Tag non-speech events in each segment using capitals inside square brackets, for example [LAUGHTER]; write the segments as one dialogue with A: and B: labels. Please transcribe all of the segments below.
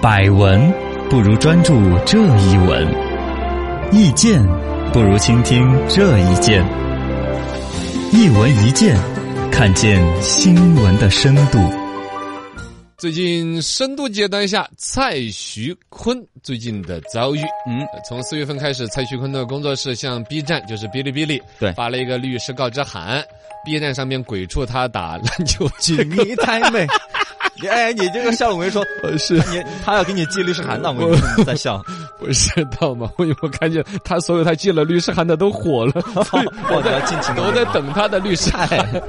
A: 百闻不如专注这一闻，意见不如倾听这一见。一闻一见，看见新闻的深度。
B: 最近深度解答一下蔡徐坤最近的遭遇。
A: 嗯，
B: 从四月份开始，蔡徐坤的工作室向 B 站，就是哔哩哔哩，
A: 对
B: 发了一个律师告知函。B 站上面鬼畜他打 [LAUGHS] 篮球俱乐部，
A: 你太美，你哎，你这个笑，我跟你说，
B: 是
A: 你他要给你寄律师函呢，我跟你 [LAUGHS] 说，你在笑，
B: 我知道吗？我我看见他所有他寄了律师函的都火了，
A: [LAUGHS] 哇，你要尽情
B: 我在
A: 的，
B: 等他的律师函。
A: 哎，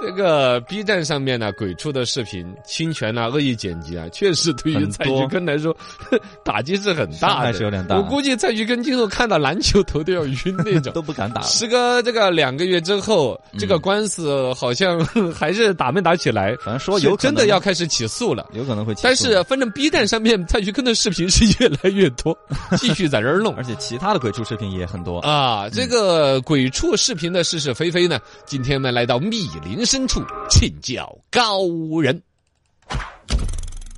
B: 这个 B 站上面呢，鬼畜的视频、侵权啊、恶意剪辑啊，确实对于
A: 很
B: 蔡
A: 多
B: 徐坤来说， [LAUGHS] 呵打击是很
A: 伤
B: 大
A: 害
B: 的，
A: 是有点大
B: 我估计蔡徐坤今后看到篮球头都要晕那种。
A: [LAUGHS] 都不敢打了，
B: 时隔这个两个月之后，这个官司好像 [LAUGHS] 还是打没打起来，
A: 反正说有可
B: 是
A: 能
B: 真的要开始起诉了。
A: 有可能会起诉，
B: 但是，反正 B 站上面 [LAUGHS] 蔡徐坤的视频是越来越多，继续在这儿弄
A: 而且其他的鬼畜视频也很多，
B: 啊。这个鬼畜视频的是是非非呢，今天我们来到密林深处，请教高人。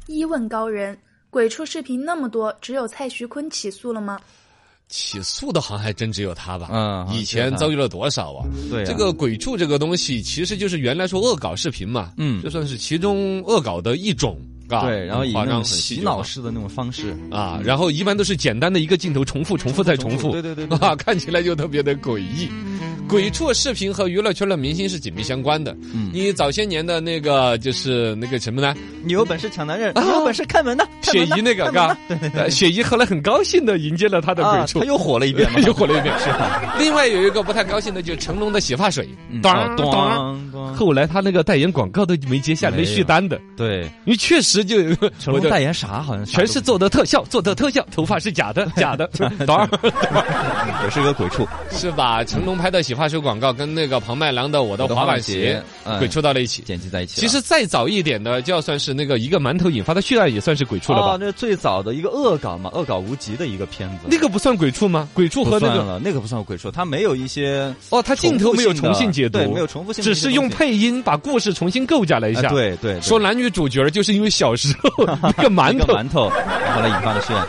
C: 一问高人，鬼畜视频那么多，只有蔡徐坤起诉了吗？
B: 起诉的好像还真只有他吧？
A: 嗯
B: 呃以前遭遇了多少啊？
A: 对啊
B: 这个鬼畜这个东西，其实就是原来说恶搞视频嘛，
A: 嗯
B: 这算是其中恶搞的一种，啊
A: 对，然后以
B: 夸
A: 那
B: 张
A: 种
B: 和戏
A: 洗
B: 剧
A: 脑
B: 化
A: 式的那种方式，
B: 啊，然后一般都是简单的一个镜头重复、重复再重复，
A: 对对对对
B: [LAUGHS] 啊，看起来就特别的诡异。鬼畜视频和娱乐圈的明星是紧密相关的。
A: 嗯
B: 你早些年的那个就是那个什么呢？
A: 你有本事抢男人，你有本事开门
B: [LAUGHS]
A: 呐，开
B: 雪
A: 门呐
B: 啊姨那个，嘎，呃雪姨后来很高兴的迎接了他的鬼
A: 啊，
B: 畜，
A: 他，又火了一遍嘛
B: [LAUGHS] 又火了一遍。
A: [LAUGHS] 是吧？
B: 另外有一个不太高兴的，就是成龙的洗发水
A: 嗯，
B: 当
A: 哦
B: 当。
A: 咚咚，
B: 后来他那个代言广告都没接下，
A: 没
B: 没续
A: 有
B: 单的，
A: 对，
B: 因为确实就有一个
A: 成龙
B: 我就
A: 代言啥好像啥
B: 全是做的特效，做的特效，头发
A: [LAUGHS]
B: 是假的，假的，当。 [LAUGHS]
A: 也是个鬼畜，
B: 是把成龙拍的洗发水广告跟那个庞麦郎的《我的滑板鞋》
A: 嗯
B: 鬼畜到了一起。
A: [LAUGHS] 剪辑在一起了。
B: 其实再早一点的，就要算是那个一个馒头引发的血案，也算是鬼畜了
A: 啊，
B: 吧？
A: 那最早的一个恶搞嘛，恶搞无极的一个片子，
B: 那个不算鬼畜吗？鬼畜
A: 不
B: 和那
A: 算
B: 个
A: 了，那个不算鬼畜，它没有一些
B: 哦，它镜头没有重新解读，
A: 对，没有重复性的
B: 只
A: 一些东西，
B: 是用配音把故事重新构架了一
A: 啊
B: 下。，
A: 对对，对
B: 说男女主角就是因为小时
A: [LAUGHS]
B: 候那个馒
A: 一个
B: 头
A: 馒头，然后来引发的血
B: [LAUGHS]
A: 案，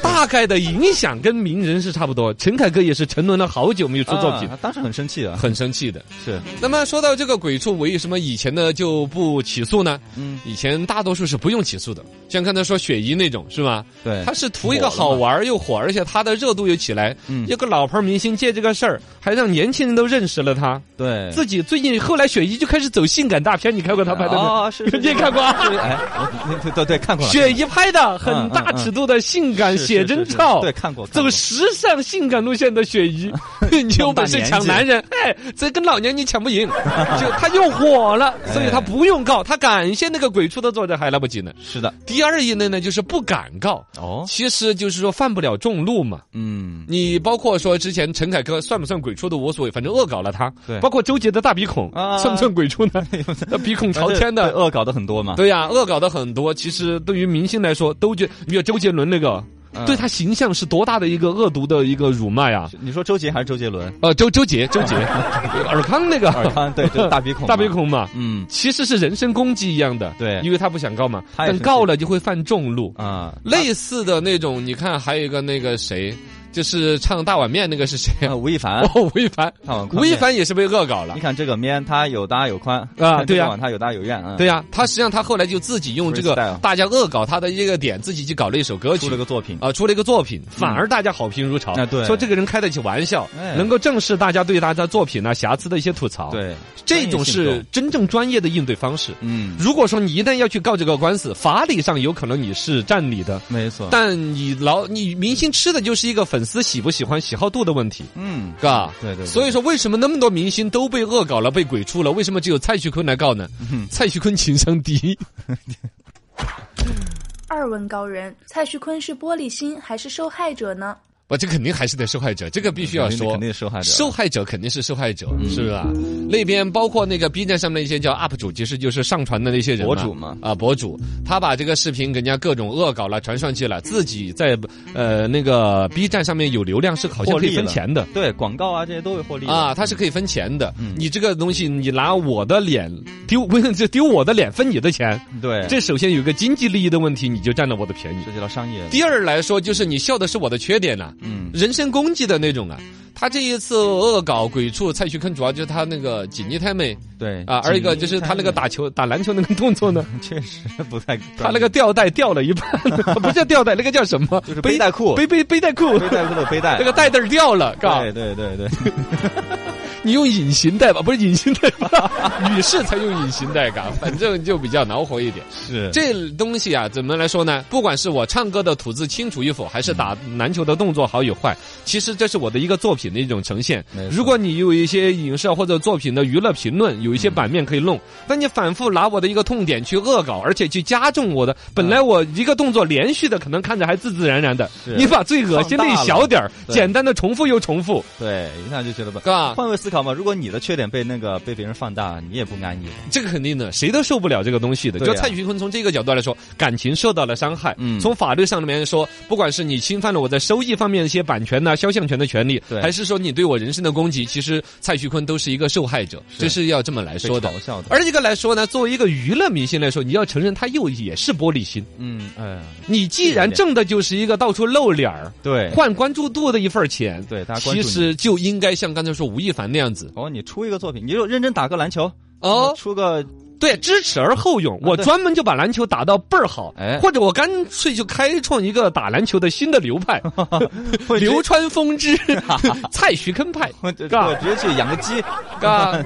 B: 大概的影响跟名人是差不多。陈凯歌也是沉沦了好久没有出作品
A: 啊，他当时很生气啊，
B: 很生气的。
A: 是，
B: 那么说到这个鬼畜，为什么以前呢就不起诉呢？
A: 嗯，
B: 以前大多数是不用起诉的，像刚才说雪姨那种是吧？
A: 对
B: 他，是图一个好玩儿又火，而且他的热度又起来。
A: 嗯
B: 有个老牌明星借这个事儿，还让年轻人都认识了他。
A: 对，
B: 自己最近后来雪姨就开始走性感大片，你看过他拍的吗？
A: 哦，是，是
B: 你
A: [LAUGHS]
B: 也看过啊？
A: 是哎，我对对对，看过了，
B: 雪姨拍的很大尺度的性感
A: 嗯是
B: 写真
A: 是是是
B: 照，
A: 对，看过，看
B: 走
A: 过
B: 时尚性感路线的雪
A: [LAUGHS]
B: 姨， [LAUGHS] 你有本事抢男人，哎，这跟老娘你抢
A: [LAUGHS]
B: 不赢，就他又火了，
A: 哎
B: 所以他不用告，他感谢那个鬼畜的作者还来不及呢。
A: 是的，
B: 第二一类呢，就是不敢告，
A: 哦，
B: 其实就是说犯不了众怒嘛。
A: 嗯，
B: 你包括说之前陈凯歌算不算鬼畜都无所谓，反正恶搞了他。
A: 对
B: 包括周杰的大鼻孔
A: 啊哎
B: 算不算鬼畜呢？那鼻孔 [LAUGHS] 朝天
A: 对
B: 的，
A: 恶搞的很多嘛，
B: 对呀、恶搞的很多。其实对于明星来说，都觉比如周杰伦那个，
A: 嗯
B: 对他形象是多大的一个恶毒的一个辱骂呀！
A: 你说周杰还是周杰伦？
B: 呃，周周杰，
A: [LAUGHS]
B: 周杰，尔康那个
A: 尔康对对大鼻孔嘛
B: 嗯 [LAUGHS] 大鼻孔嘛，
A: 嗯
B: 其实是人身攻击一样的，
A: 对
B: 因为他不想告嘛，
A: 他也
B: 但
A: 是
B: 告了就会犯众怒。
A: 啊，
B: 类似的那种，你看还有一个那个谁，就是唱大碗面那个是谁啊
A: 啊？吴亦凡，
B: [LAUGHS] 哦，吴亦凡，
A: 看完宽
B: 吴亦
A: 面，
B: 凡也是被恶搞了
A: 你。看这个面，它有搭有宽
B: 啊对呀
A: 它有搭有愿啊，
B: 对，呀、他实际上他后来就自己用这个
A: Freestyle
B: 大家恶搞他的这个点，自己去搞了一首歌曲
A: 出了，个作品，
B: 啊，出了一个作品，反而大家好评如潮。
A: 嗯啊对
B: 说这个人开得起玩笑，
A: 哎
B: 能够正视大家对大家作品呢、瑕疵的一些吐槽。，
A: 对，
B: 这种
A: 专业
B: 是
A: 性
B: 真正专业的应对方式。
A: 嗯，
B: 如果说你一旦要去告这个官司，法理上有可能你是占理的，
A: 没错，
B: 但你老你明星吃的就是一个粉丝喜不喜欢、喜好度的问题，
A: 嗯，
B: 嘎。
A: 对对，对
B: 所以说，为什么那么多明星都被恶搞了、被鬼畜了？为什么只有蔡徐坤来告呢？
A: 嗯
B: 蔡徐坤情商低， [LAUGHS]
C: 二问高人，蔡徐坤是玻璃心还是受害者呢？
B: 我这肯定还是得受害者，这个必须要
A: 肯定
B: 说
A: 肯。定是受害者，
D: 嗯
B: 受害者肯定是受害者，是吧？那边包括那个 B 站上面那些叫 UP 主，其实就是上传的那些人
D: 博主嘛
B: 啊，博主，他把这个视频给人家各种恶搞了，传上去了，自己在呃那个 B 站上面有流量是好像
D: 获
B: 可
D: 利
B: 以分
D: 了
B: 钱的。
D: 对，广告啊这些都会获利的嗯
B: 啊，它是可以分钱的。你这个东西，你拿我的脸丢， [LAUGHS] 不是就丢我的脸分你的钱，
D: 对，
B: 这首先有一个经济利益的问题，你就占了我的便宜。
D: 涉及到商业了。
B: 第二来说，就是你笑的是我的缺点呐、啊
D: 嗯，
B: 人身攻击的那种啊。他这一次恶搞鬼畜蔡徐坤，主要就是他那个紧捏太美
D: 对
B: 啊，而一个就是
A: [LAUGHS]
B: 他那个打球打篮球那个
D: [LAUGHS]
B: 动作呢，
D: 确实不太专业，
B: 他那个吊带掉了一
D: [LAUGHS]
B: 半，不叫吊带，那个叫什么？
D: 就是背带裤，
B: 背背背带
D: [LAUGHS]
B: 裤，
D: 背带裤的背带，
B: 那个带带儿掉了，嘎
D: 对，对对对，
B: 你用隐形带吧，不是隐形带吧， [LAUGHS] 女士才用隐形带，嘎，反正就比较恼火一点。
D: 是
B: 这东西啊，怎么来说呢？不管是我唱歌的吐字清楚与否，还是打
D: 嗯
B: 篮球的动作好与坏，其实这是我的一个作品的一种呈现
D: 没错。
B: 如果你有一些影视啊或者作品的娱乐评论，有一
D: 嗯
B: 些版面可以弄，但你反复拿我的一个痛点去恶搞，而且去加重我的本来我一个动作连续的，可能看着还自自然然的
D: 嗯是，
B: 你把最恶心的一小点儿，
D: 对
B: 简单的重复又重复，
D: 对，一下就觉得不。
B: 嘎，
D: 换位思考嘛，如果你的缺点被那个被别人放大，你也不安逸的。
B: 这个肯定的，谁都受不了这个东西的。
D: 对
B: 就
D: 呀
B: 蔡徐坤从这个角度来说，感情受到了伤害。
D: 嗯
B: 从法律上面说，不管是你侵犯了我在收益方面的一些版权呐、肖像权的权利
D: 对，
B: 还是说你对我人身的攻击，其实蔡徐坤都是一个受害者，这是要这么来说的
D: 被嘲。笑的，
B: 而一个来说呢，作为一个娱乐明星来说，你要承认他又也是玻璃心。
D: 嗯嗯，
B: 你既然挣的就是一个到处露脸儿、
D: 对，
B: 换关注度的一份儿钱，
D: 对大家关注
B: 其
D: 你
B: 实就应该像刚才说吴亦凡那样子
D: 哦，你出一个作品，你就认真打个篮球，
B: 哦，
D: 出个
B: 对，知耻而后勇。我
D: 啊对
B: 专门就把篮球打到倍儿好，
D: 哎
B: 或者我干脆就开创一个打篮球的新的
D: [LAUGHS]
B: 流派，
D: 会
B: 流
D: 流
B: 川枫之
D: [LAUGHS]
B: 蔡徐坤派，
D: 直
B: 嘎
D: 对直接去养个
B: [LAUGHS]
D: 鸡，
B: 嘎。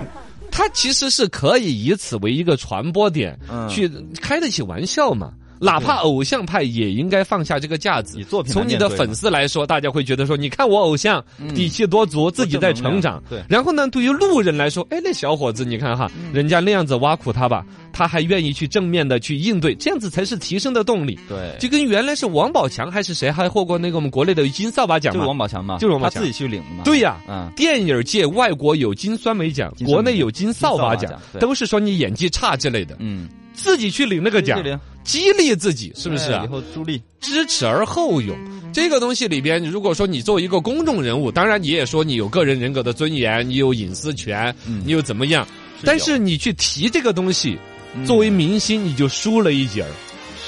B: 他其实是可以以此为一个传播点，
D: 嗯
B: 去开得起玩笑嘛。哪怕偶像派也应该放下这个架子。
D: 以作品来
B: 从你
D: 面
B: 的
D: 对嘛嗯
B: 粉丝来说，大家会觉得说，你看我偶像底气多足，自己在成长。
D: 对嗯
B: 然后呢，对于路人来说，哎，那小伙子，你看哈，人家那样子挖苦他吧，他还愿意去正面的去应对，这样子才是提升的动力。
D: 对，
B: 就跟原来是王宝强还是谁，还获过那个我们国内的金扫把奖
D: 就
B: 嘛
D: 是。王宝强嘛，
B: 就是王宝强
D: 他自己去领的嘛，
B: 对呀
D: 嗯，
B: 电影界外国有金酸梅奖，
D: 金酸梅
B: 国内有金扫把
D: 金扫
B: 奖
D: 把奖，对
B: 都是说你演技差之类的，
D: 嗯，
B: 自己去领那个
D: 自己
B: 奖
D: 去，领
B: 激励自己，是不是
D: 哎
B: 啊
D: 以？后朱莉，
B: 知耻而后勇。这个东西里边，如果说你作为一个公众人物，当然你也说你有个人人格的尊严，你有隐私权，
D: 嗯
B: 你又怎么样？
D: 有
B: 但是你去提这个东西，
D: 嗯
B: 作为明星你就输了一截儿。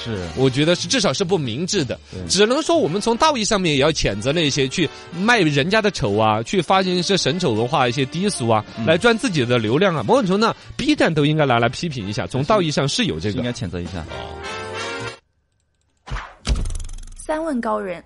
D: 是
B: 我觉得是至少是不明智的
D: 对，
B: 只能说我们从道义上面也要谴责那些去卖人家的丑啊，去发行一些神丑文化、一些低俗啊，
D: 嗯
B: 来赚自己的流量啊。某种程度上，B 站都应该拿来批评一下，从道义上是有这
D: 应
B: 个。
D: 该谴责一下，
C: 三问高人，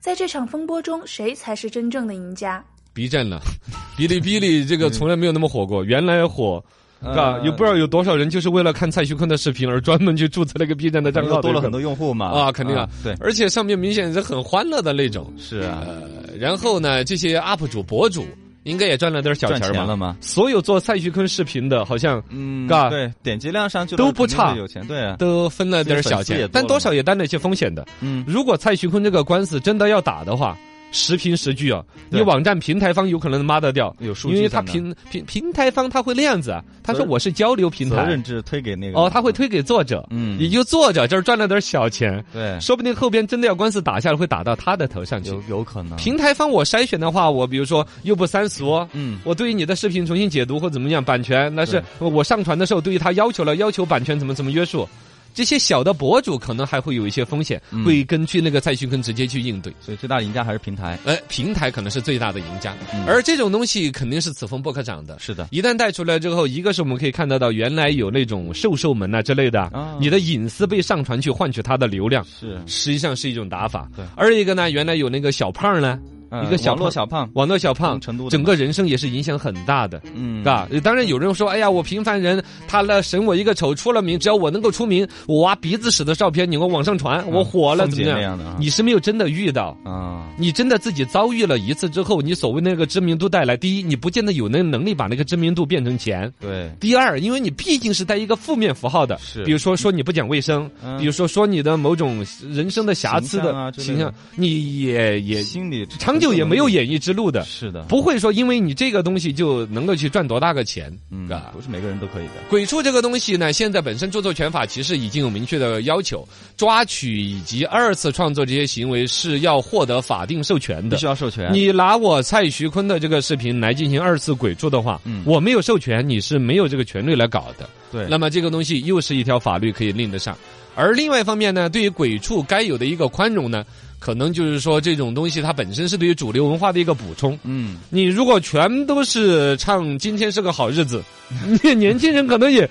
C: 在这场风波中，谁才是真正的赢家？
B: B 站了， [LAUGHS] 哔哩哔哩这个从来没有那么火
D: 嗯
B: 过，原来火。啊，
D: 呃
B: 也不知道有多少人就是为了看蔡徐坤的视频而专门去注册了一个 B 站的账
D: 然
B: 号，
D: 后嗯多了很多用户嘛，
B: 啊，肯定啊
D: 啊，，对，
B: 而且上面明显是很欢乐的那种，
D: 是啊，
B: 呃，然后呢，这些 UP 主博主应该也赚了点小
D: 赚
B: 钱
D: 钱
B: 儿嘛
D: 了吗？
B: 所有做蔡徐坤视频的，好像
D: 嗯，
B: 嘎
D: 对，点击量上去了
B: 都不
D: 肯定
B: 差
D: 是有钱，对啊，
B: 都分了点小
D: 自己粉丝也
B: 钱
D: 多，
B: 但多少也担了一些风险的。
D: 嗯，
B: 如果蔡徐坤这个官司真的要打的话，实凭实据啊，
D: 对
B: 你网站平台方有可能抹得掉，
D: 有数
B: 因
D: 据
B: 为
D: 在
B: 他
D: 那
B: 平平平台方他会那样子啊，他说
D: 责任
B: 我是交流平
D: 责
B: 台
D: 任，制推给那个
B: 哦，他会推给作者，
D: 嗯
B: 也就作者这儿赚了点小钱，
D: 对，
B: 说不定后边真的要官司打下来，会打到他的头上去
D: 有。有可能，
B: 平台方我筛选的话，我比如说又不三哦俗，
D: 嗯
B: 我对于你的视频重新解读或怎么样，版权那是
D: 对
B: 我上传的时候对于他要求了，要求版权怎么怎么约束。这些小的博主可能还会有一些风险，
D: 嗯
B: 会根据那个蔡徐坤直接去应对。
D: 所以最大的赢家还是平台，
B: 呃，平台可能是最大的赢家，
D: 嗯
B: 而这种东西肯定是此风不可长的。
D: 是的，
B: 一旦带出来之后，一个是我们可以看得到，原来有那种瘦瘦门啊之类的，
D: 啊
B: 你的隐私被上传去换取他的流量，
D: 是
B: 实际上是一种打法。
D: 对
B: 而一个呢，原来有那个小胖呢，
D: 嗯
B: 一个小
D: 网络
B: 胖
D: 小胖，
B: 网络小胖
D: 嗯成都，的
B: 整个人生也是影响很大的。
D: 嗯，
B: 啊，当然有人说，哎呀，我平凡人，他呢审我一个丑，出了名，只要我能够出名，我挖鼻子屎的照片你给我往上传，我火了
D: 凤
B: 怎么
D: 嗯姐那
B: 样？
D: 样的啊
B: 你是没有真的遇到，
D: 啊，
B: 你真的自己遭遇了一次之后，你所谓那个知名度带来，第一，你不见得有那个能力把那个知名度变成钱；
D: 对，
B: 第二，因为你毕竟是带一个负面符号的，
D: 是
B: 比如说说你不讲卫生，
D: 嗯
B: 比如说说你的某种人生的瑕疵
D: 形
B: 的
D: 象啊之类的
B: 形象，你也也
D: 心理
B: 长久也没有演艺之路的，
D: 是的，
B: 不会说因为你这个东西就能够去赚多大个钱，
D: 嗯
B: 啊，
D: 不是每个人都可以的。
B: 鬼畜这个东西呢，现在本身著作权法其实已经有明确的要求，抓取以及二次创作这些行为是要获得法定授权
D: 必
B: 的
D: 须。要授权。
B: 你拿我蔡徐坤的这个视频来进行二次鬼畜的话，
D: 嗯
B: 我没有授权，你是没有这个权利来搞的。
D: 对，
B: 那么这个东西又是一条法律可以拎得上。而另外一方面呢，对于鬼畜该有的一个宽容呢，可能就是说这种东西它本身是对于主流文化的一个补充。
D: 嗯，
B: 你如果全都是唱今天是个好日子， [LAUGHS] 你年轻人可能也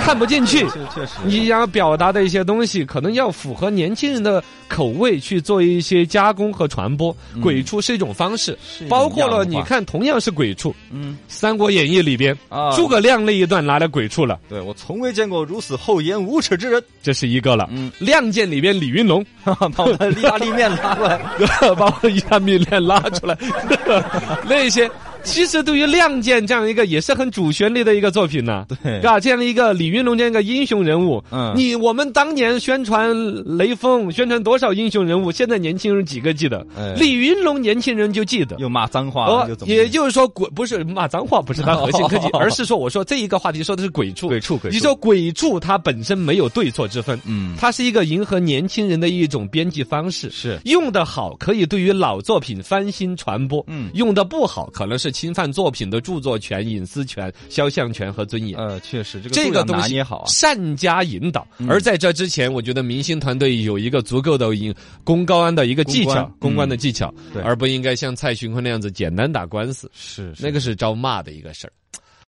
B: 看不进去。
D: 确确实，
B: 你想表达的一些东西，可能要符合年轻人的口味去做一些加工和传播。
D: 嗯
B: 鬼畜是一种方式，
D: 是
B: 包括了
D: 一
B: 你
D: 样的话，
B: 看，同样是鬼畜，《
D: 嗯
B: 三国演义》里边
D: 啊，
B: 诸葛亮那一段拿来鬼畜了，
D: 对我从未见过如此厚颜无耻之人， [LAUGHS]
B: 这是一个了。
D: 嗯，
B: 亮剑里边李云龙
D: 把我的意大利面拉过来，
B: [LAUGHS] 把我一下面链拉出来， [LAUGHS] 那些其实对于《亮剑》这样一个也是很主旋律的一个作品呢、
D: 对
B: 是，吧？这样的一个李云龙这样一个英雄人物，
D: 嗯
B: 你我们当年宣传雷锋，宣传多少英雄人物，现在年轻人几个记得？
D: 哎
B: 李云龙年轻人就记得。
D: [LAUGHS] 又骂脏话，
B: 哦
D: 又怎，么哦
B: 也就是说鬼不是骂脏话，不是他核心科技，而是说我说这一个话题说的是鬼畜。
D: 鬼畜鬼畜
B: 你说鬼畜它本身没有对错之分，
D: 嗯
B: 它是一个迎合年轻人的一种编辑方式，
D: 是
B: 用的好可以对于老作品翻新传播，
D: 嗯
B: 用的不好可能是侵犯作品的著作权、隐私权、肖像权和尊严。
D: 呃，确实这个
B: 这
D: 度
B: 个
D: 要
B: 东
D: 拿
B: 西
D: 捏好啊，嗯
B: 善加引导。而在这之前，我觉得明星团队有一个足够的引公高安的一个技巧，
D: 公关
B: 公关的
D: 嗯
B: 技巧，
D: 对
B: 而不应该像蔡徐坤那样子简单打官司，
D: 是
B: 那个是招骂的一个事儿。